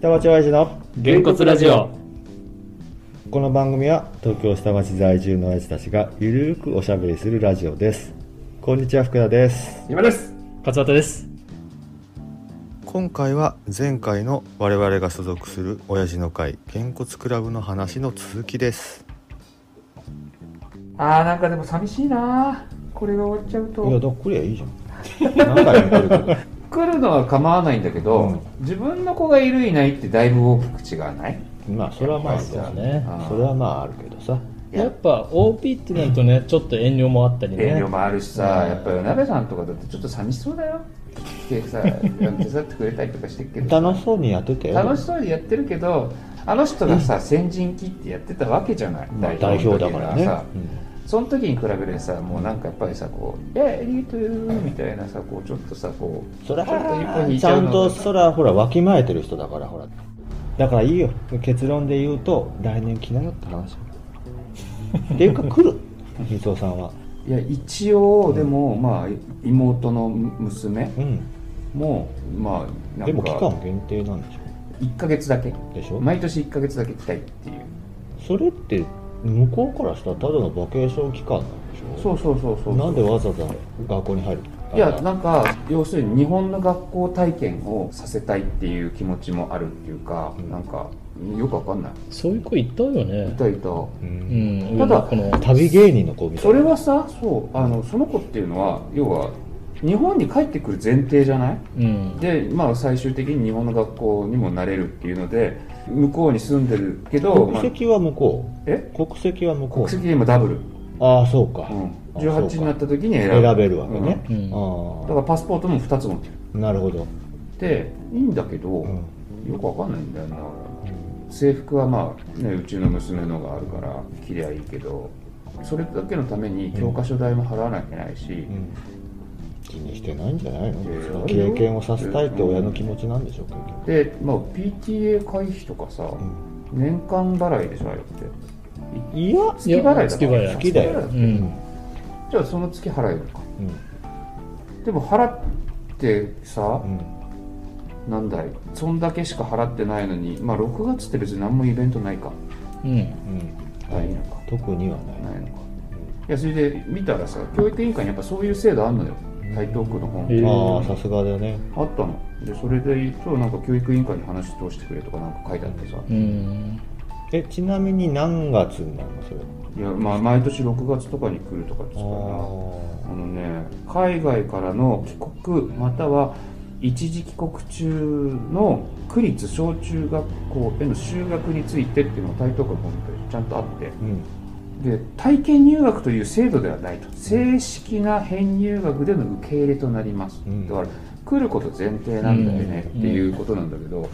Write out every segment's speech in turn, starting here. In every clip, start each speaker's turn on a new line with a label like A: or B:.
A: 下町親父の
B: げんこつラジオ
A: この番組は東京下町在住の親父たちがゆるーくおしゃべりするラジオですこんにちは福田です
B: 今です勝俣です
A: 今回は前回の我々が所属する親父の会げんこつクラブの話の続きです
C: あーなんかでも寂しいなこれが終わっちゃう
A: いや
C: と
A: どっくりゃいいじゃん何回もやって るけ
C: 来るのは構わないんだけど、
A: うん
C: 自分の子がいるいないってだいぶ大きく違わない
A: どまあそれはまあそうね
C: あー
A: それはまああるけどさ
B: やっぱ OP ってなるとねちょっと遠慮もあったり
C: 遠
B: ね
C: 慮もあるしさ、
B: うん
C: やっぱり鍋さんとかだってちょっと寂しそうだよでさ手伝ってくれたりとかしてるけど
A: 楽しそうにやってて
C: 楽しそうにやってるけどあの人がさ先陣切ってやってたわけじゃない、
A: まあ代表だからね
C: さその時に比べてさもうなんかやっぱりさこう「えリートゥー」みたいなさこうちょっとさこう
A: それ
C: ちょっと一歩
A: は
C: 引い
A: ち
C: ちゃ
A: ゃ
C: うの
A: んとそらほらわきまえてる人だからほらだからいいよ結論で言うと来年来なよって話っていうか来る三尾さんはい
C: や一応でも、まあ妹の娘
A: うん
C: もまあな
A: で
C: ん
A: も期間
C: か
A: 限定なんでし
C: 1か月だけ
A: ょでしょ
C: 毎年1か月だけ来たいっていう
A: それって向こうからしたらただのバケーション期間なんでしょ
C: そうそうそうそう
A: なんでわざわざ学校に入る
C: いやなんか要するに日本の学校体験をさせたいっていう気持ちもあるっていうか、
A: うん
C: なんかよくわかんない
B: そういう子いたよ
C: い
B: ね
C: たいた
A: うん
B: うん
C: ただ
B: この
A: 旅芸人の子みたい
C: そ
A: な
C: れはさそうあのその子っていうのは要は日本に帰ってくる前提じゃない
B: うん
C: で、まあ、最終的に日本の学校にもなれるっていうので向こうに住んでるけど、
A: 国
C: まあ
A: 籍は向こ
C: え
A: う国籍は向こ
C: 国
A: う
C: 籍で今ダブル、
A: ああそうか、
C: うん、
A: あそう
C: 18
A: か
C: になった時に選ぶ
A: 選べるわけね、
B: うん
A: あ
C: だ
A: あ
C: からパスポートも2つ持ってる
A: なるほど、
C: でいいんだけど、
A: うん
C: よくわかんないんだよな制服はまあ、ね、うちの娘のがあるから着りゃいいけどそれだけのために教科書代も払わなきゃいけないし、
A: うん、気にしてないんじゃないの
C: いやいや
A: 経験をさせたいって親の気持ちなんでしょうけど、
C: で、まあ、PTA 会費とかさ、
A: うん
C: 年間払いでしょあれって
A: いや、
C: 月払いだから
B: 月払い
A: 月だよ
C: 月払
B: う
C: い
B: ん
C: じゃあその月払えるか
A: うん
C: でも払ってさ
A: う、ん、
C: なんだいそんだけしか払ってないのにまあ6月って別に何もイベントないか
B: うん
A: うん
C: な
A: はいい
C: のか
A: 特にはない、
C: ないのかいやそれで見たらさ教育委員会にやっぱそういう制度あんのよ台東区の本
B: へえ
A: ああさすがだね
C: あったのでそれで言うとなんか教育委員会に話通してくれとかなんか書いてあってさ、
B: うん
A: えちなみに何月になるのそれ
C: いやまあ毎年6月とかに来るとかですからあのね海外からの帰国または一時帰国中の区立小中学校への修学についてっていうのが台東区のホームページにちゃんとあって
A: うん
C: で体験入学という制度ではないと正式な編入学での受け入れとなります、
A: うん
C: だから来ること前提なんだよね、
B: うん
C: っていうことなんだけど、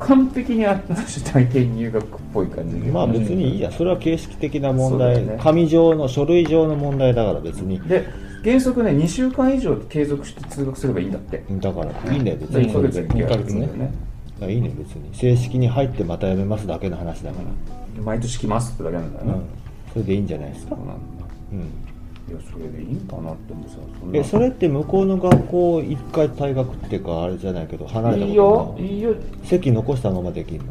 C: 完璧にあの人体験入学っぽい感じで、
A: まあ別にいいやそれは形式的な問
C: そ
A: 題、
C: うだよね
A: 紙上の書類上の問題だから別に
C: で原則ね2週間以上継続して通学すればいいんだって
A: だからいいね別
C: 1
A: に
C: ヶ
A: それで
C: 月に1回
B: 一ヶ月ね
C: だよね
A: あいいね別に正式に入ってまた辞めますだけの話だから、
C: 毎年来ますってだけなんだよ
A: う
C: ね、
A: ん、それでいいんじゃないですか
C: そう、なんだ
A: うん、
C: いやそれでいいんかなって思うさそんな
A: えそれって向こうの学校一回退学っていうかあれじゃないけど離れた
C: い
A: こ
C: い
A: と
C: よ
A: ない
C: いいよ
A: 席残したままできんの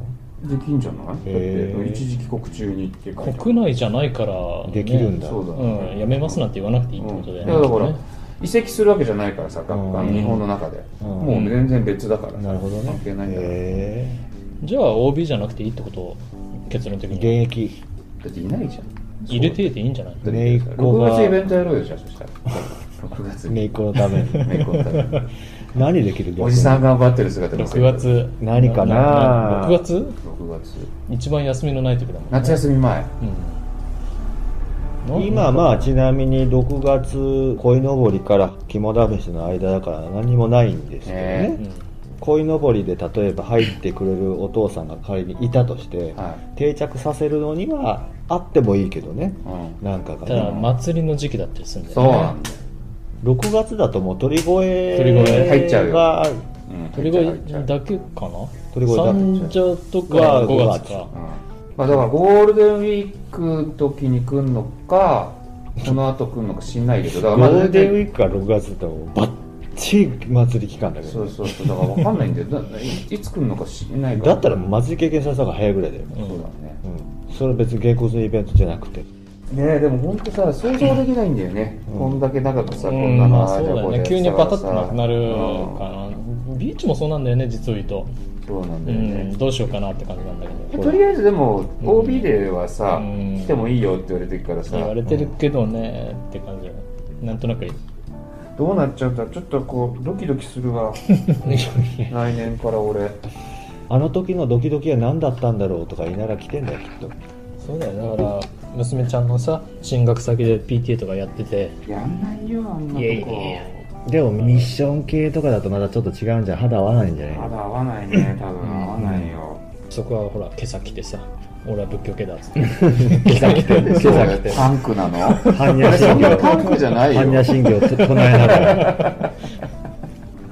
C: できんじゃないだって
A: へー
C: 一時帰国中にって書いてある
B: 国内じゃないからね
A: できるんだ
C: そうだね
B: うんやめますなんて言わなくていいってことだよね
C: うんいやだから、
B: きっ
C: 移籍するわけじゃないからさ、学科
A: うん
C: 日本の中で、
A: うん
C: もう全然別だからさ、
A: なるほどね
C: 関係ないんだから、
A: へ
B: とねじゃあ OB じゃなくていいってこと結論的
A: え現
B: に
A: 役
C: だっていないじゃん。
B: 入れてでいいんじゃない
C: そう。
A: 姪っ子
C: 6
A: が
C: 月イベントやろうよ、じゃあ、そしたら。6月
A: 姪っ子のために
C: 姪っ子だったら
A: 何できる
C: おじさん
A: が
C: 頑張ってる姿
B: 6月
A: 何かな
B: 6月
C: 6月。
B: 一番休みのない時だもんね
C: 夏休み前。
B: うん
A: 今まあちなみに6月鯉のぼりから肝試しの間だから何もないんですけど
C: ね
A: ね、
B: うん
A: 鯉のぼりで例えば入ってくれるお父さんが仮にいたとして、
C: はい。
A: 定着させるのにはあってもいいけどね
C: うん
A: なんかが
B: た
A: ね
B: だ祭りの時期だったりするんだよ
C: そう
B: ね
C: なんだよ。
A: 6月だともう鳥越
B: 鳥越
C: 入っちゃうよ
A: が
C: うん
B: 鳥
C: 入っちゃう入
B: 越
C: っちゃう
B: だけかな
A: 鳥越だけ
B: 三条とか
A: は
B: 5月
A: 五
B: か
C: うんまあ、だからゴールデンウィークの時に来んのか、この後来んのか知んないけど、だから
A: ゴ
C: まあ
A: ールデンウィークか6月だとバッちい祭り期間だけ
C: そ
A: ど
C: うそうそうだから分かんないんだよだいいつ来るのか知らないから
A: だったらもう祭り経験させた方が早いぐらいだよね、
C: そうだね
A: うん、それは別に芸術のイベントじゃなくて
C: ねえでも本当さ想像できないんだよね、
A: うん
C: こんだけ長くさ、
B: う、
C: こんなんの
B: まあそうだよね。急にパタッとなくなるから、ビーチもそうなんだよね、実を言うと。
C: そうなん
B: う
C: だよね、
B: ん、どうしようかなって感じなんだけど。
C: えとりあえずでも
B: うん
C: OB ではさ、
B: うん
C: 来てもいいよって言われてるからさ
B: 言われてるけどね、って感じだねなんとな くいい。
C: どうなっちゃうんだちょっとこうドキドキするわ来年から俺
A: あの時のドキドキは何だったんだろうとか言いながら来てんだよきっと
B: そうだよ、だから、娘ちゃんのさ、進学先で PTA とかやってて、
C: やんないよあんなとこ
B: いやいやいや
A: でもミッション系とかだとまだちょっと違うんじゃん肌合わないんじゃない
C: まだ合わないね多分合わないよ、
B: そこはほら、今朝来てさ、俺は仏教系だっつって。
A: 今朝来て今
C: そ
A: 朝来
C: う
A: て
C: パンクなの
A: 般若
C: そ
A: 心
C: ん
A: 経
C: なパンクじゃない
A: 般若
C: よ
A: 心経を唱えながら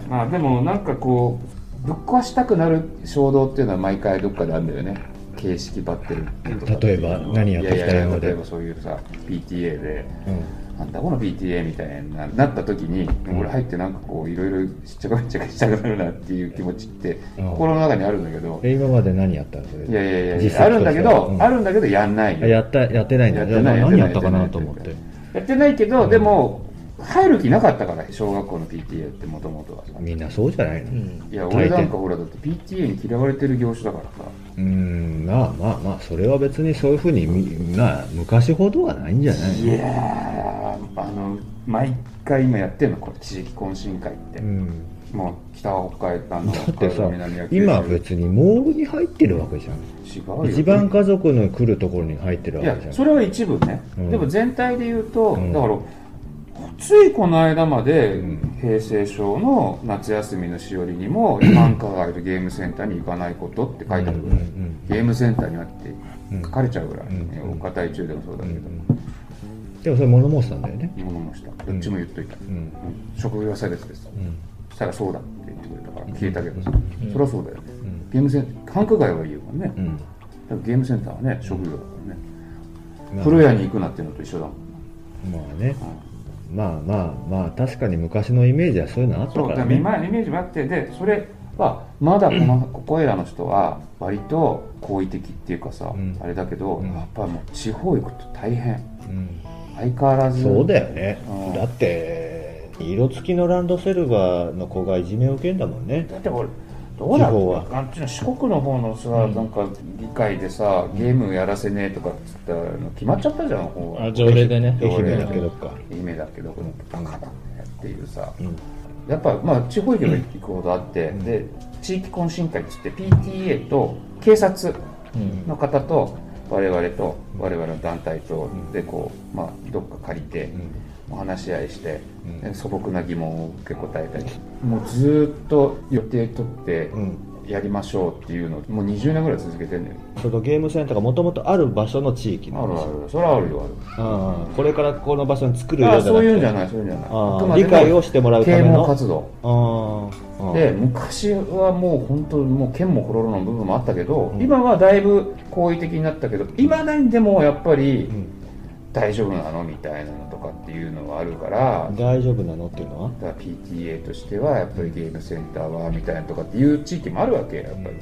C: まあでもなんかこうぶっ壊したくなる衝動っていうのは毎回どっかであるんだよね形式ばってるとか
A: 例えば何やってきた
C: いやい
A: 英
C: や
A: 語で
C: 例えばそういうさ PTA で
A: うん
C: なんだこの PTA みたいにななった時に、
A: ん
C: 俺入ってなんかこういろいろしっちゃかめっちゃかしたくなるなっていう気持ちって
A: うん
C: 心の中にあるんだけど、
A: え今まで何やったのそれ
C: いやいやい
A: 実
C: や
A: 際
C: あるんだけど、
A: うん
C: あるんだけどやんないよ
A: あやったやってないんだ
C: やっ
A: じゃ
C: て
A: あ
C: ない
A: 何や
C: やっ
A: って
C: ない
A: たか
C: や
A: な
C: ってない
A: と思って
C: やってないけど、
A: うん
C: でも入る気なかったから小学校の PTA ってもともとはさ
A: みんなそうじゃないの
B: う。
A: うん
C: いや
A: 大抵
C: 俺なんかほらだって PTA に嫌われてる業種だからさ
A: ーんまあまあまあそれは別にそういうふうにみなあ昔ほどはないんじゃない
C: いやーあの毎回今やってんのこれ地域懇親会って、
A: うん
C: もう北は北海道南
A: だ
C: は
A: っ
C: 北
A: て
C: 海道
A: さ
C: 南は九州
A: 今別にモールに入ってるわけじゃん
C: 違うよ
A: 一番家族の来るところに入ってる
C: い
A: わ
C: や
A: けじゃん
C: それは一部ね、
A: うん
C: でも全体で言うと、
A: うん
C: だからついこの間まで、
A: うん
C: 平成省の夏休みのしおり にも一般家がいるゲームセンターに行かないことって書いてあるぐらい、
A: うんうんうん
C: ゲームセンターにあって
A: うん
C: 書かれちゃうぐらい、
A: うん
C: ねお堅い中でもそうだ
A: う
C: けど、
A: んでもそれ物申したんだよね
C: 物もしたどっちも言っといた、
A: うん
C: うん職業差別です
A: うん
C: そしたらそうだって言ってくれたから消えたけどさ、
B: うん
C: そりゃそうだよね
A: うん
C: ゲームセン繁華街は言うもんね、
A: う
C: だ
A: ん
C: からゲームセンターはね職業だからね、
A: まあ
C: 風呂屋に行くなっていうのと一緒だもん、
A: まあね
C: うん
A: まあまあまあ確かに昔のイメージはそういうのあった
C: そう
A: か
C: だからら見
A: ね
C: まイメージもあってでそれはまだこ のここいらの人は割と好意的っていうかさ、
A: うん
C: あれだけど、
A: うん
C: やっぱもう地方行くと大変
A: うん
C: 相変わらず
A: そうだよね、
C: うん
A: だって色付きのランドセルバーの子がいじめを受けんだもんね
C: だって俺どうだ
A: 地方は
C: あっちの四国の方のさ、
B: うん
C: なんか議会でさゲームやらせねえとかっつったの決まっちゃったじゃん方
B: あ、
C: は
B: 条例でね。
A: 愛媛だけどか、
C: 夢だけどこのバカだねっていうさ
A: うん
C: やっぱまあ地方行けば行くほどあって、
A: うん
C: で地域懇親会っつって PTA と警察
B: うん。
C: の方と我々と我々の団体と
A: ん
C: でこう、まあ、どっか借りてお話し合いして、
A: うん
C: で素朴な疑問を受け答えたりもうずーっと予定取って
A: うんうん
C: やりましょうっていうのをもう20年ぐらい続けてんのよ
A: そのゲームセンターがもともとある場所の地域な
C: あ
A: んで
C: る
A: す
C: あ
A: よ
C: るそれはあるよ
A: うんうんこれからこの場所に作
C: ある
A: るよ
C: あ
A: う
C: あ
A: じゃなく
C: そういう
A: て
C: んじゃないそういうんじゃない
A: あー
C: くまで
A: 理
C: も
A: 解をしてもらうた
C: 啓
A: め
C: 蒙
A: の
C: 活動
A: あーうん
C: で昔はもう本当にもう剣もほろろの部分もあったけど、
A: うん
C: 今はだいぶ好意的になったけどいまだにでもやっぱり、
A: うん
C: 大丈夫なのみたいなのとかっていうのはあるから
A: 大丈夫なのっていうのは
C: だから PTA としてはやっぱりゲームセンターはみたいなとかっていう地域もあるわけやっぱり、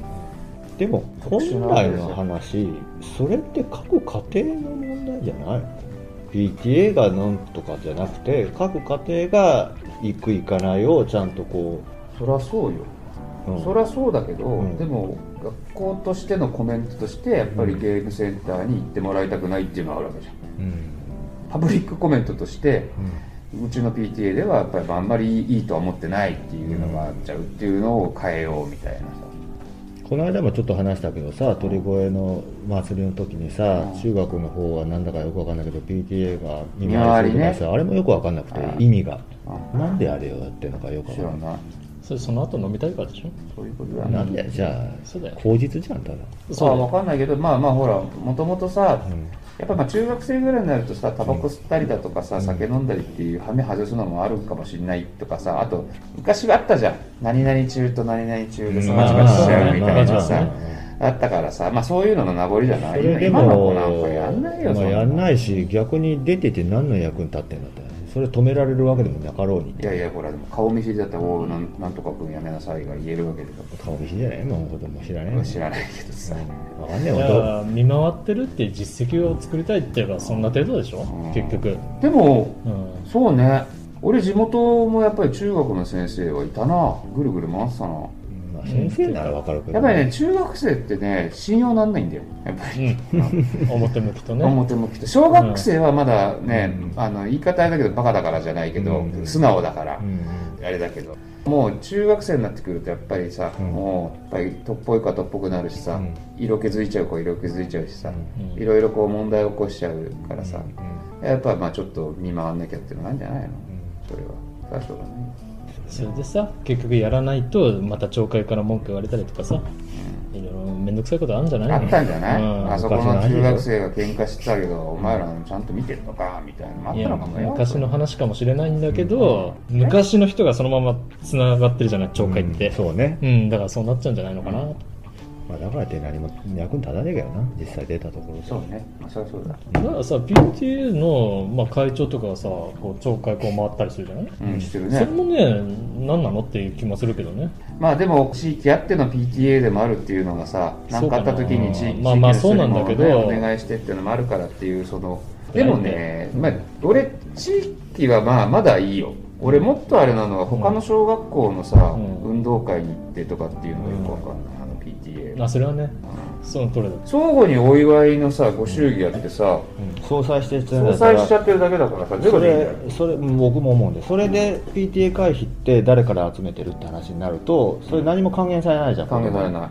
A: でも
C: 特
A: 本
C: 殊な
A: 来の話それって各家庭の問題じゃない PTA がなんとかじゃなくて各家庭が行く行かないをちゃんとこ
C: そりゃそうよ、
A: う、うん
C: そりゃそうだけど、
A: うん
C: でも学校としてのコメントとしてやっぱりゲームセンターに行ってもらいたくないっていうのはあるわけじゃん
A: うん
C: パブリックコメントとしてうちの PTA ではやっぱりあんまりいいとは思ってないっていうのがあっちゃうっていうのを変えようみたいなさ
A: この間もちょっと話したけどさ鳥越の祭りの時にさ
C: うん
A: 中学の方はなんだかよくわかんないけど PTA が見
C: 見回りね
A: とかさあれもよくわかんなくて
C: うん
A: 意味が
C: あ
A: なんであれをやってるのかよくわ
C: 知
A: からんない
C: ない
B: それ、その後飲みたいからでしょ
C: そういうことだ
A: なんでじゃ
B: そうだよ
A: あ口実じゃんただ
C: さあ
B: そうだ
C: 分
B: よ。
C: かんないけどまあまあほらもともとさ、
A: ん
C: やっぱまあ中学生ぐらいになるとさタバコ吸ったりだとかさ、酒飲んだりっていうハメ外すのもあるかもしれないとかさあと昔はあったじゃん何々中と何々中でさ
A: うん
C: バチバチしちゃうみたい
B: まあまあ
C: な
B: まあ
C: さ
B: ま
C: あったからさまあそういうのの名残じゃな
A: そ
C: い
A: れで
C: 今の
A: も
C: 子なんかやんないよ
A: まあ、
C: そん
A: やんないいし逆に出てて何の役に立ってんだって話それ止められるわけでもなかろうに
C: いやいやほらでも顔見知りだったら「おおなんなんとか君やめなさい」が言えるわけでしょ
A: 顔見知りじゃないもうことも知らないもん
C: 知らないけどさ、
A: わかんねえ
B: じ
A: わ
B: ゃ
A: ど
B: あ見回ってるっていう実績を作りたいって言えばそんな程度でしょ、
C: うん
B: 結局、
C: でも
B: うん、
C: そうね俺地元もやっぱり中学の先生はいたなぐるぐる回ってたな
A: うまあ、先生ならわかるけど
C: やっぱりね中学生ってね信用なんないんだよやっぱり
B: うん、表向きとね、
C: 表向きと小学生はまだね、
A: うん
C: あの言い方あれだけどバカだからじゃないけど、
A: うん
C: 素直だから
A: う、ん
C: あれだけどもう中学生になってくるとやっぱりさ、
A: うん
C: もうやっぱりとっぽいかとっぽくなるしさ、
A: うん
C: 色気づいちゃう子は色気づいちゃうしさ、
B: うん
C: いろいろこう問題起こしちゃうからさ、
A: うんうん
C: やっぱまあちょっと見回んなきゃっていうのがあるんじゃないのそれはそれはしょうがない
B: それでさ結局やらないとまた町会から文句言われたりとかさいろいろ面倒くさいことあるんじゃないの
C: あったんじゃない、
B: うん
C: あそこの中学生が喧嘩してたけど、お前らちゃんと見てるのかみたいなのもあっ
B: い
C: た
B: や
C: のかもよ
B: 昔の話かもしれないんだけど、昔の人がそのままつながってるじゃない町会って、
A: うんそうね、
B: うんだからそうなっちゃうんじゃないのかな、
A: まあ、だからって何も役に立たねえけどな実際出たところで
C: そうね、まあ、そりゃそうだ
B: だからさ PTA の、まあ、会長とかがさこう町会こう回ったりするじゃない、
C: うんしてる
B: それ
C: ね
B: もね何なのっていう気もするけどね
C: まあでも地域あっての PTA でもあるっていうのがさ何かあった時に地
B: そうか
C: 域
B: なまあまあ
C: 地域
B: そ
C: の人にもね
B: うなんだけど
C: お願いしてっていうのもあるからっていうその
B: 偉
C: で
B: いね
C: もね、まあ、俺地域はまあまだいいよ俺もっとあれなのは他の小学校のさ、
B: うん
C: 運動会に行ってとかっていうのがよくわかんない、あの PTA
B: あそれはねその通りだ
C: 相互にお祝いのさご祝儀やってさ、
A: 総裁してちゃ
C: 相殺しちゃってるだけだからさゼロ
A: そ
C: でいいんだ
A: れ
C: よ
A: それうん僕も思うんでそれで PTA 会費って誰から集めてるって話になるとそれ何も還元されないじゃん
C: 考えられない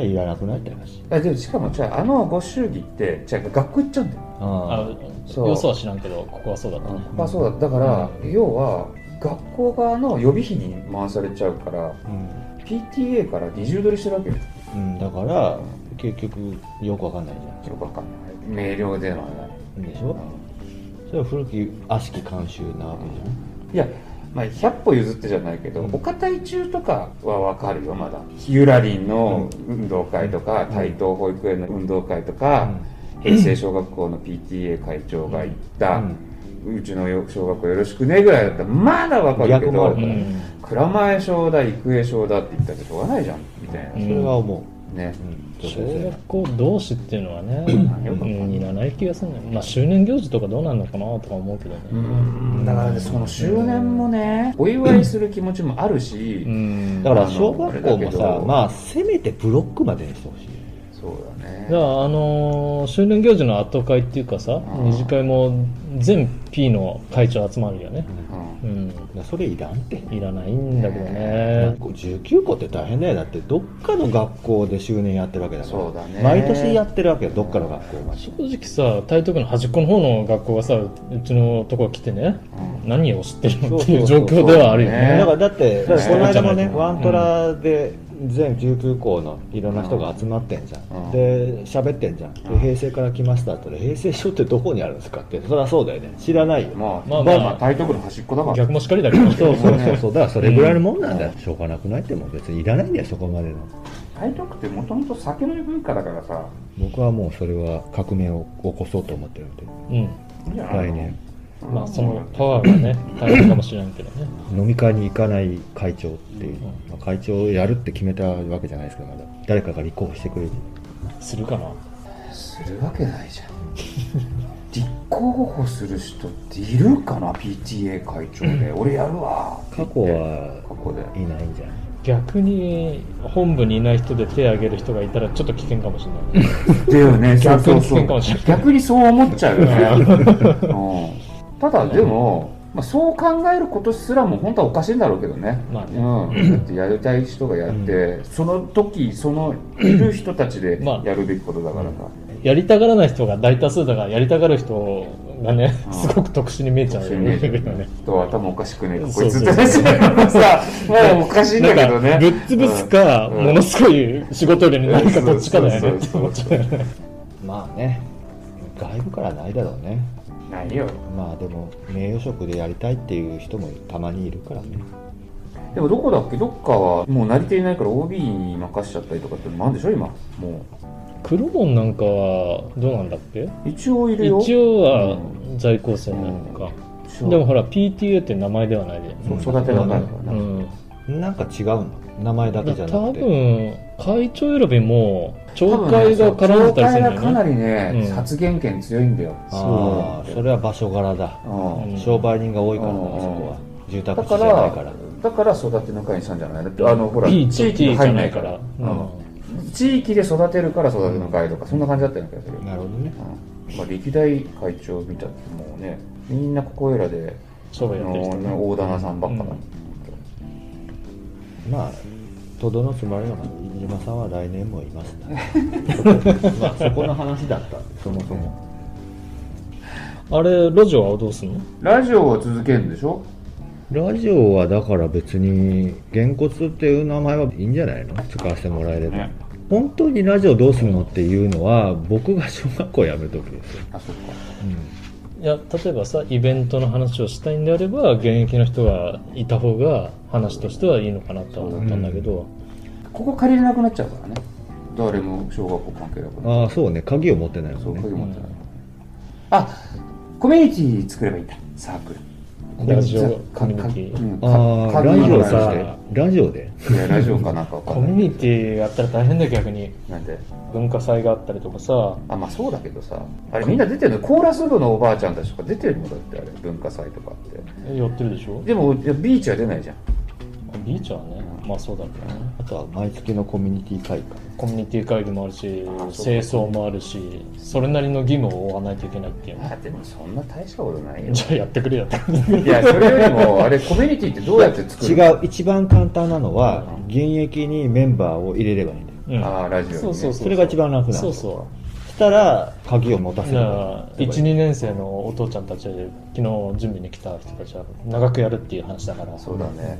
A: いいらなくないって話
C: あでもしかもじゃああのご祝儀ってじゃあ学校行っちゃうんだよ
B: あ
A: あ
C: そう
B: よそは知らんけどここはそうだったね
C: まあそうだだから、要は学校側の予備費に回されちゃうから
A: あ、うん、
C: PTA から二重取りしてるわけよ
A: うん、だから結局よくわかんないじ
C: よくわかんない明瞭でのあ
A: ゃんでし
C: れ
A: ょそれは古き悪しき慣習なわけじ
C: いやまあ100歩譲ってじゃないけど、
A: うん
C: お堅い中とかはわかるよまだゆらりんの運動会とか、
A: ん
C: 台東保育園の運動会とか、平成小学校の PTA 会長が言った、うちの小学校よろしくねぐらいだったらまだわかるけ
A: 逆もある
C: ど
A: からね
C: 蔵前小だ育英小だって言ったってしょうがないじゃんみたいな
A: ゃ
B: う
A: んそ
B: ん
A: れは思
C: ね
A: う、うん、
B: 小
A: そうですね
B: 学校同士っていうのはね、
C: よく
B: う
C: わかんない
B: ん、いらない気がするね、まあ、周年行事とかどうなるのかなとか思うけどね、
C: うんだからねその周年もねお祝いする気持ちもあるし、
B: うん
A: だから小学校も
C: あのあれだけ
A: さ
C: ど
A: まあせめてブロックまでにしてほしい
C: そうだね
B: じゃあ、あのー周年行事の後会っていうかさ、
C: ん
B: 二次会も全 P の会長集まるよね。
C: うん
B: うん。
A: だからそれいらんって
B: いらないんだけど
A: なん
B: ね。
A: か19個って大変だよだってどっかの学校で周年やってるわけだから
C: そうだね
A: 毎年やってるわけよどっかの学校が
B: 正直さ、台東区の端っこの方の学校がさ、うちのとこ来てね、何を知ってるのっていう
A: そう
B: 状
A: そうそう
B: 況ではあるよ
C: ね
A: だ
B: ね。
A: からだってこの間もね
B: うん
A: ワントラで全19校のいろんな人が集まってんじゃん、
C: うん
A: で喋ってんじゃん、で平成から来ましたって言ったら平成書ってどこにあるんですかってそりゃそうだよね知らないよ
C: まあ
B: ま
C: ま
B: あ
C: あ
B: まあ
C: まあ台東区の端っこだから
B: 逆もしかりだけど。
A: そうそうそうそうだからそれぐらいのもんなんだよ、
C: う
A: しょうがなくないってもう別にいらないんだよそこまでの
C: 台東区ってもともと酒の文化だからさ
A: 僕はもうそれは革命を起こそうと思ってるんで
B: うん。
C: いいんじゃない
A: 来年
C: うん
B: まあ、そのパワーがね、大変かもしれんけどね。
A: 飲み会に行かない会長っていう、まあ会長をやるって決めたわけじゃないですけどまだ誰かが立候補してくれる
B: するかな。
C: するわけないじゃん 立候補する人っているかな PTA 会長で俺やるわ
A: 過去は
C: 過去で
A: いないんじゃない
B: 逆に、本部にいない人で手を挙げる人がいたら、ちょっと危険かもしれないね。
C: だよね
B: 逆に
C: そうそう
B: 危険かもしれない
C: 逆にそう思っち ゃうよね、うん、ただでも、まあ、そう考えることすらも本当はおかしいんだろうけどね,、
B: まあね
C: うん、だってやりたい人がやって、その時そのいる人たちで
B: まあ
C: やるべきことだからさ、
B: やりたがらない人が大多数だからやりたがる人がね、
C: うん
B: すごく特殊に見えちゃうよね。
C: 人は頭おかしくねえかこ
B: そ
C: いう
B: そ
C: つ
B: う
C: ってさもうおかしいんだけど
B: な
C: ね
B: んかぶっ潰すか、
C: うん
B: ものすごい仕事量になるか
C: うん
B: どっちかだよね。
C: そうそうそうそう
A: まあね外部からないだろうね
C: ないよ
A: まあでも名誉職でやりたいっていう人もたまにいるからね
C: でもどこだっけどっかはもうなり手いないから OB に任しちゃったりとかってのもあるんでしょ今も
B: 黒本なんかはどうなんだっけ
C: う一応いるよ
B: 一応は在校生なのか。
C: そう
B: でもほら PTA って名前ではないで
C: そう育てられないから
B: う
C: な、
B: ん
A: なんか違うの名前だけじゃな
B: 多
A: くて
B: 分会長選びも
C: 多
B: 町
C: 分
B: 会が絡んでたりする
C: ね
B: ん
C: そ
B: だ
C: う教会がか
B: よ
C: な
B: ね
C: りね、
B: うん
C: 発言権強いんだよ、
A: ああそれは場所柄だ、
C: うん
B: うん
A: 商売人が多いからな、
C: うん
A: そこは住
C: だ
A: 宅地じ
C: か
A: ゃないから
C: らだから育ての会にしたんじゃないだってあのほら
B: いい
C: 地域に入んないから、
B: うん
C: うん地域で育てるから育ての会とか、そんな感じだったような気がする、
A: なるほどね
C: うんまあ、歴代会長見たってもうねみんなここいらで
B: 商売やってる人
C: あのね大棚さんばっかだ、
B: うん
A: まあとどのつまりは飯島さんは来年もいますな まあそこの話だったそもそも
B: あれ路上はどうすんの
C: ラジオは続けるんでしょ
A: ラジオはだから別にげんこつっていう名前はいいんじゃないの使わせてもらえれば、
C: ね
A: 本当にラジオどうするのっていうのは僕が小学校辞めとくですよ、
C: あそっか
B: いや例えばさイベントの話をしたいんであれば現役の人がいた方が話としてはいいのかなとは思ったんだけど、
C: ここ借りれなくなっちゃうからね誰も小学校関係なくなっちゃう
A: ああそうね鍵を持ってないも
C: そ
A: ん
C: う
A: ね
C: 鍵持ってない、あコミュニティ作ればいいんだサークル
B: ラジオ
C: か
B: コミュニティ
C: かうん
A: あ
C: か
A: あラジオ
C: 鍵
A: と
C: が
A: し
C: ない
A: てラジオで
C: いやラジオかなんかわか
B: コ
C: ん
B: ミ
C: な
B: ュ
C: い
B: ニティがあったら大変だよ逆に
C: なんで
B: 文化祭があったりとかさ
C: あまあそうだけどさあれみんな出てるのコーラス部のおばあちゃんたちとか出てるのだってあれ文化祭とかって
B: やってるでしょ
C: でもいやビーチは出ないじゃん
B: ビーチはねまあそうだけどね
A: あとは毎月のコミュニティ会館
B: コミュニティ会議もあるし
C: あそうか
B: 清掃もあるしそれなりの義務を負わないといけないっていう
C: あでもそんな大したことない よ
B: じゃあやってくれやってくれ
C: いやそれよりもあれコミュニティってどうやって作る
A: 違
C: の
A: う一番簡単なのは現役にメンバーを入れればいいんだよ
B: うん
C: ああラジオに、ね、
B: そうそう
A: それが一番楽なの
B: そうそ
A: したら鍵を持た
B: う
A: せ
B: じ
A: る
B: ゃあ12年生のお父ちゃんたち昨日準備に来た人たちは長くやるっていう話だから
C: そうだね、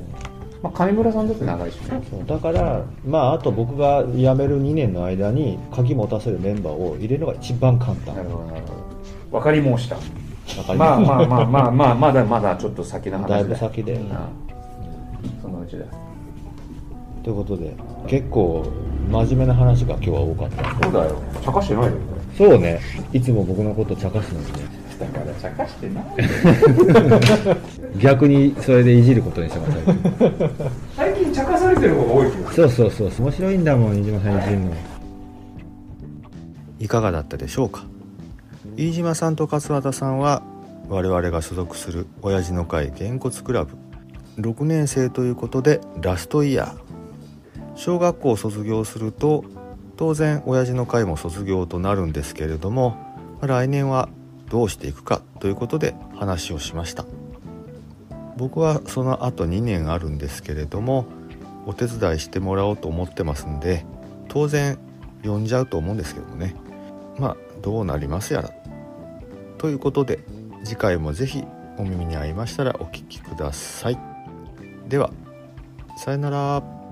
C: まあ、上村さんだって長いしね
A: そうだからまああと僕が辞める2年の間に鍵持たせるメンバーを入れるのが一番簡単
C: な
A: わ
C: る
A: か
C: ほどなるほどわかり申した
A: り
C: まあ
A: ま
C: まあまあまあまあまだまだちょっと先の
A: すだい
C: 話
A: ぶ
C: だ
A: 先で、
B: うん
C: うんそのうちだ
A: ということで結構真面目な話が今日は多かった
C: そうだよ茶化してないよ
A: そうねいつも僕のこと茶化すのにね
C: だから茶化してない
A: 逆にそれでいじることにしてます最近
C: 最近茶化されてる方が多いけど
A: そうそうそう面白いんだもん飯島さんいじるのいかがだったでしょうか飯島さんと勝俣さんは我々が所属する親父の会げんこつクラブ6年生ということでラストイヤー小学校を卒業すると当然親父の会も卒業となるんですけれどもまあ来年はどうしていくかということで話をしました僕はその後2年あるんですけれどもお手伝いしてもらおうと思ってますんで当然呼んじゃうと思うんですけどもねまあどうなりますやらということで次回もぜひお耳に合いましたらお聞きくださいではさよなら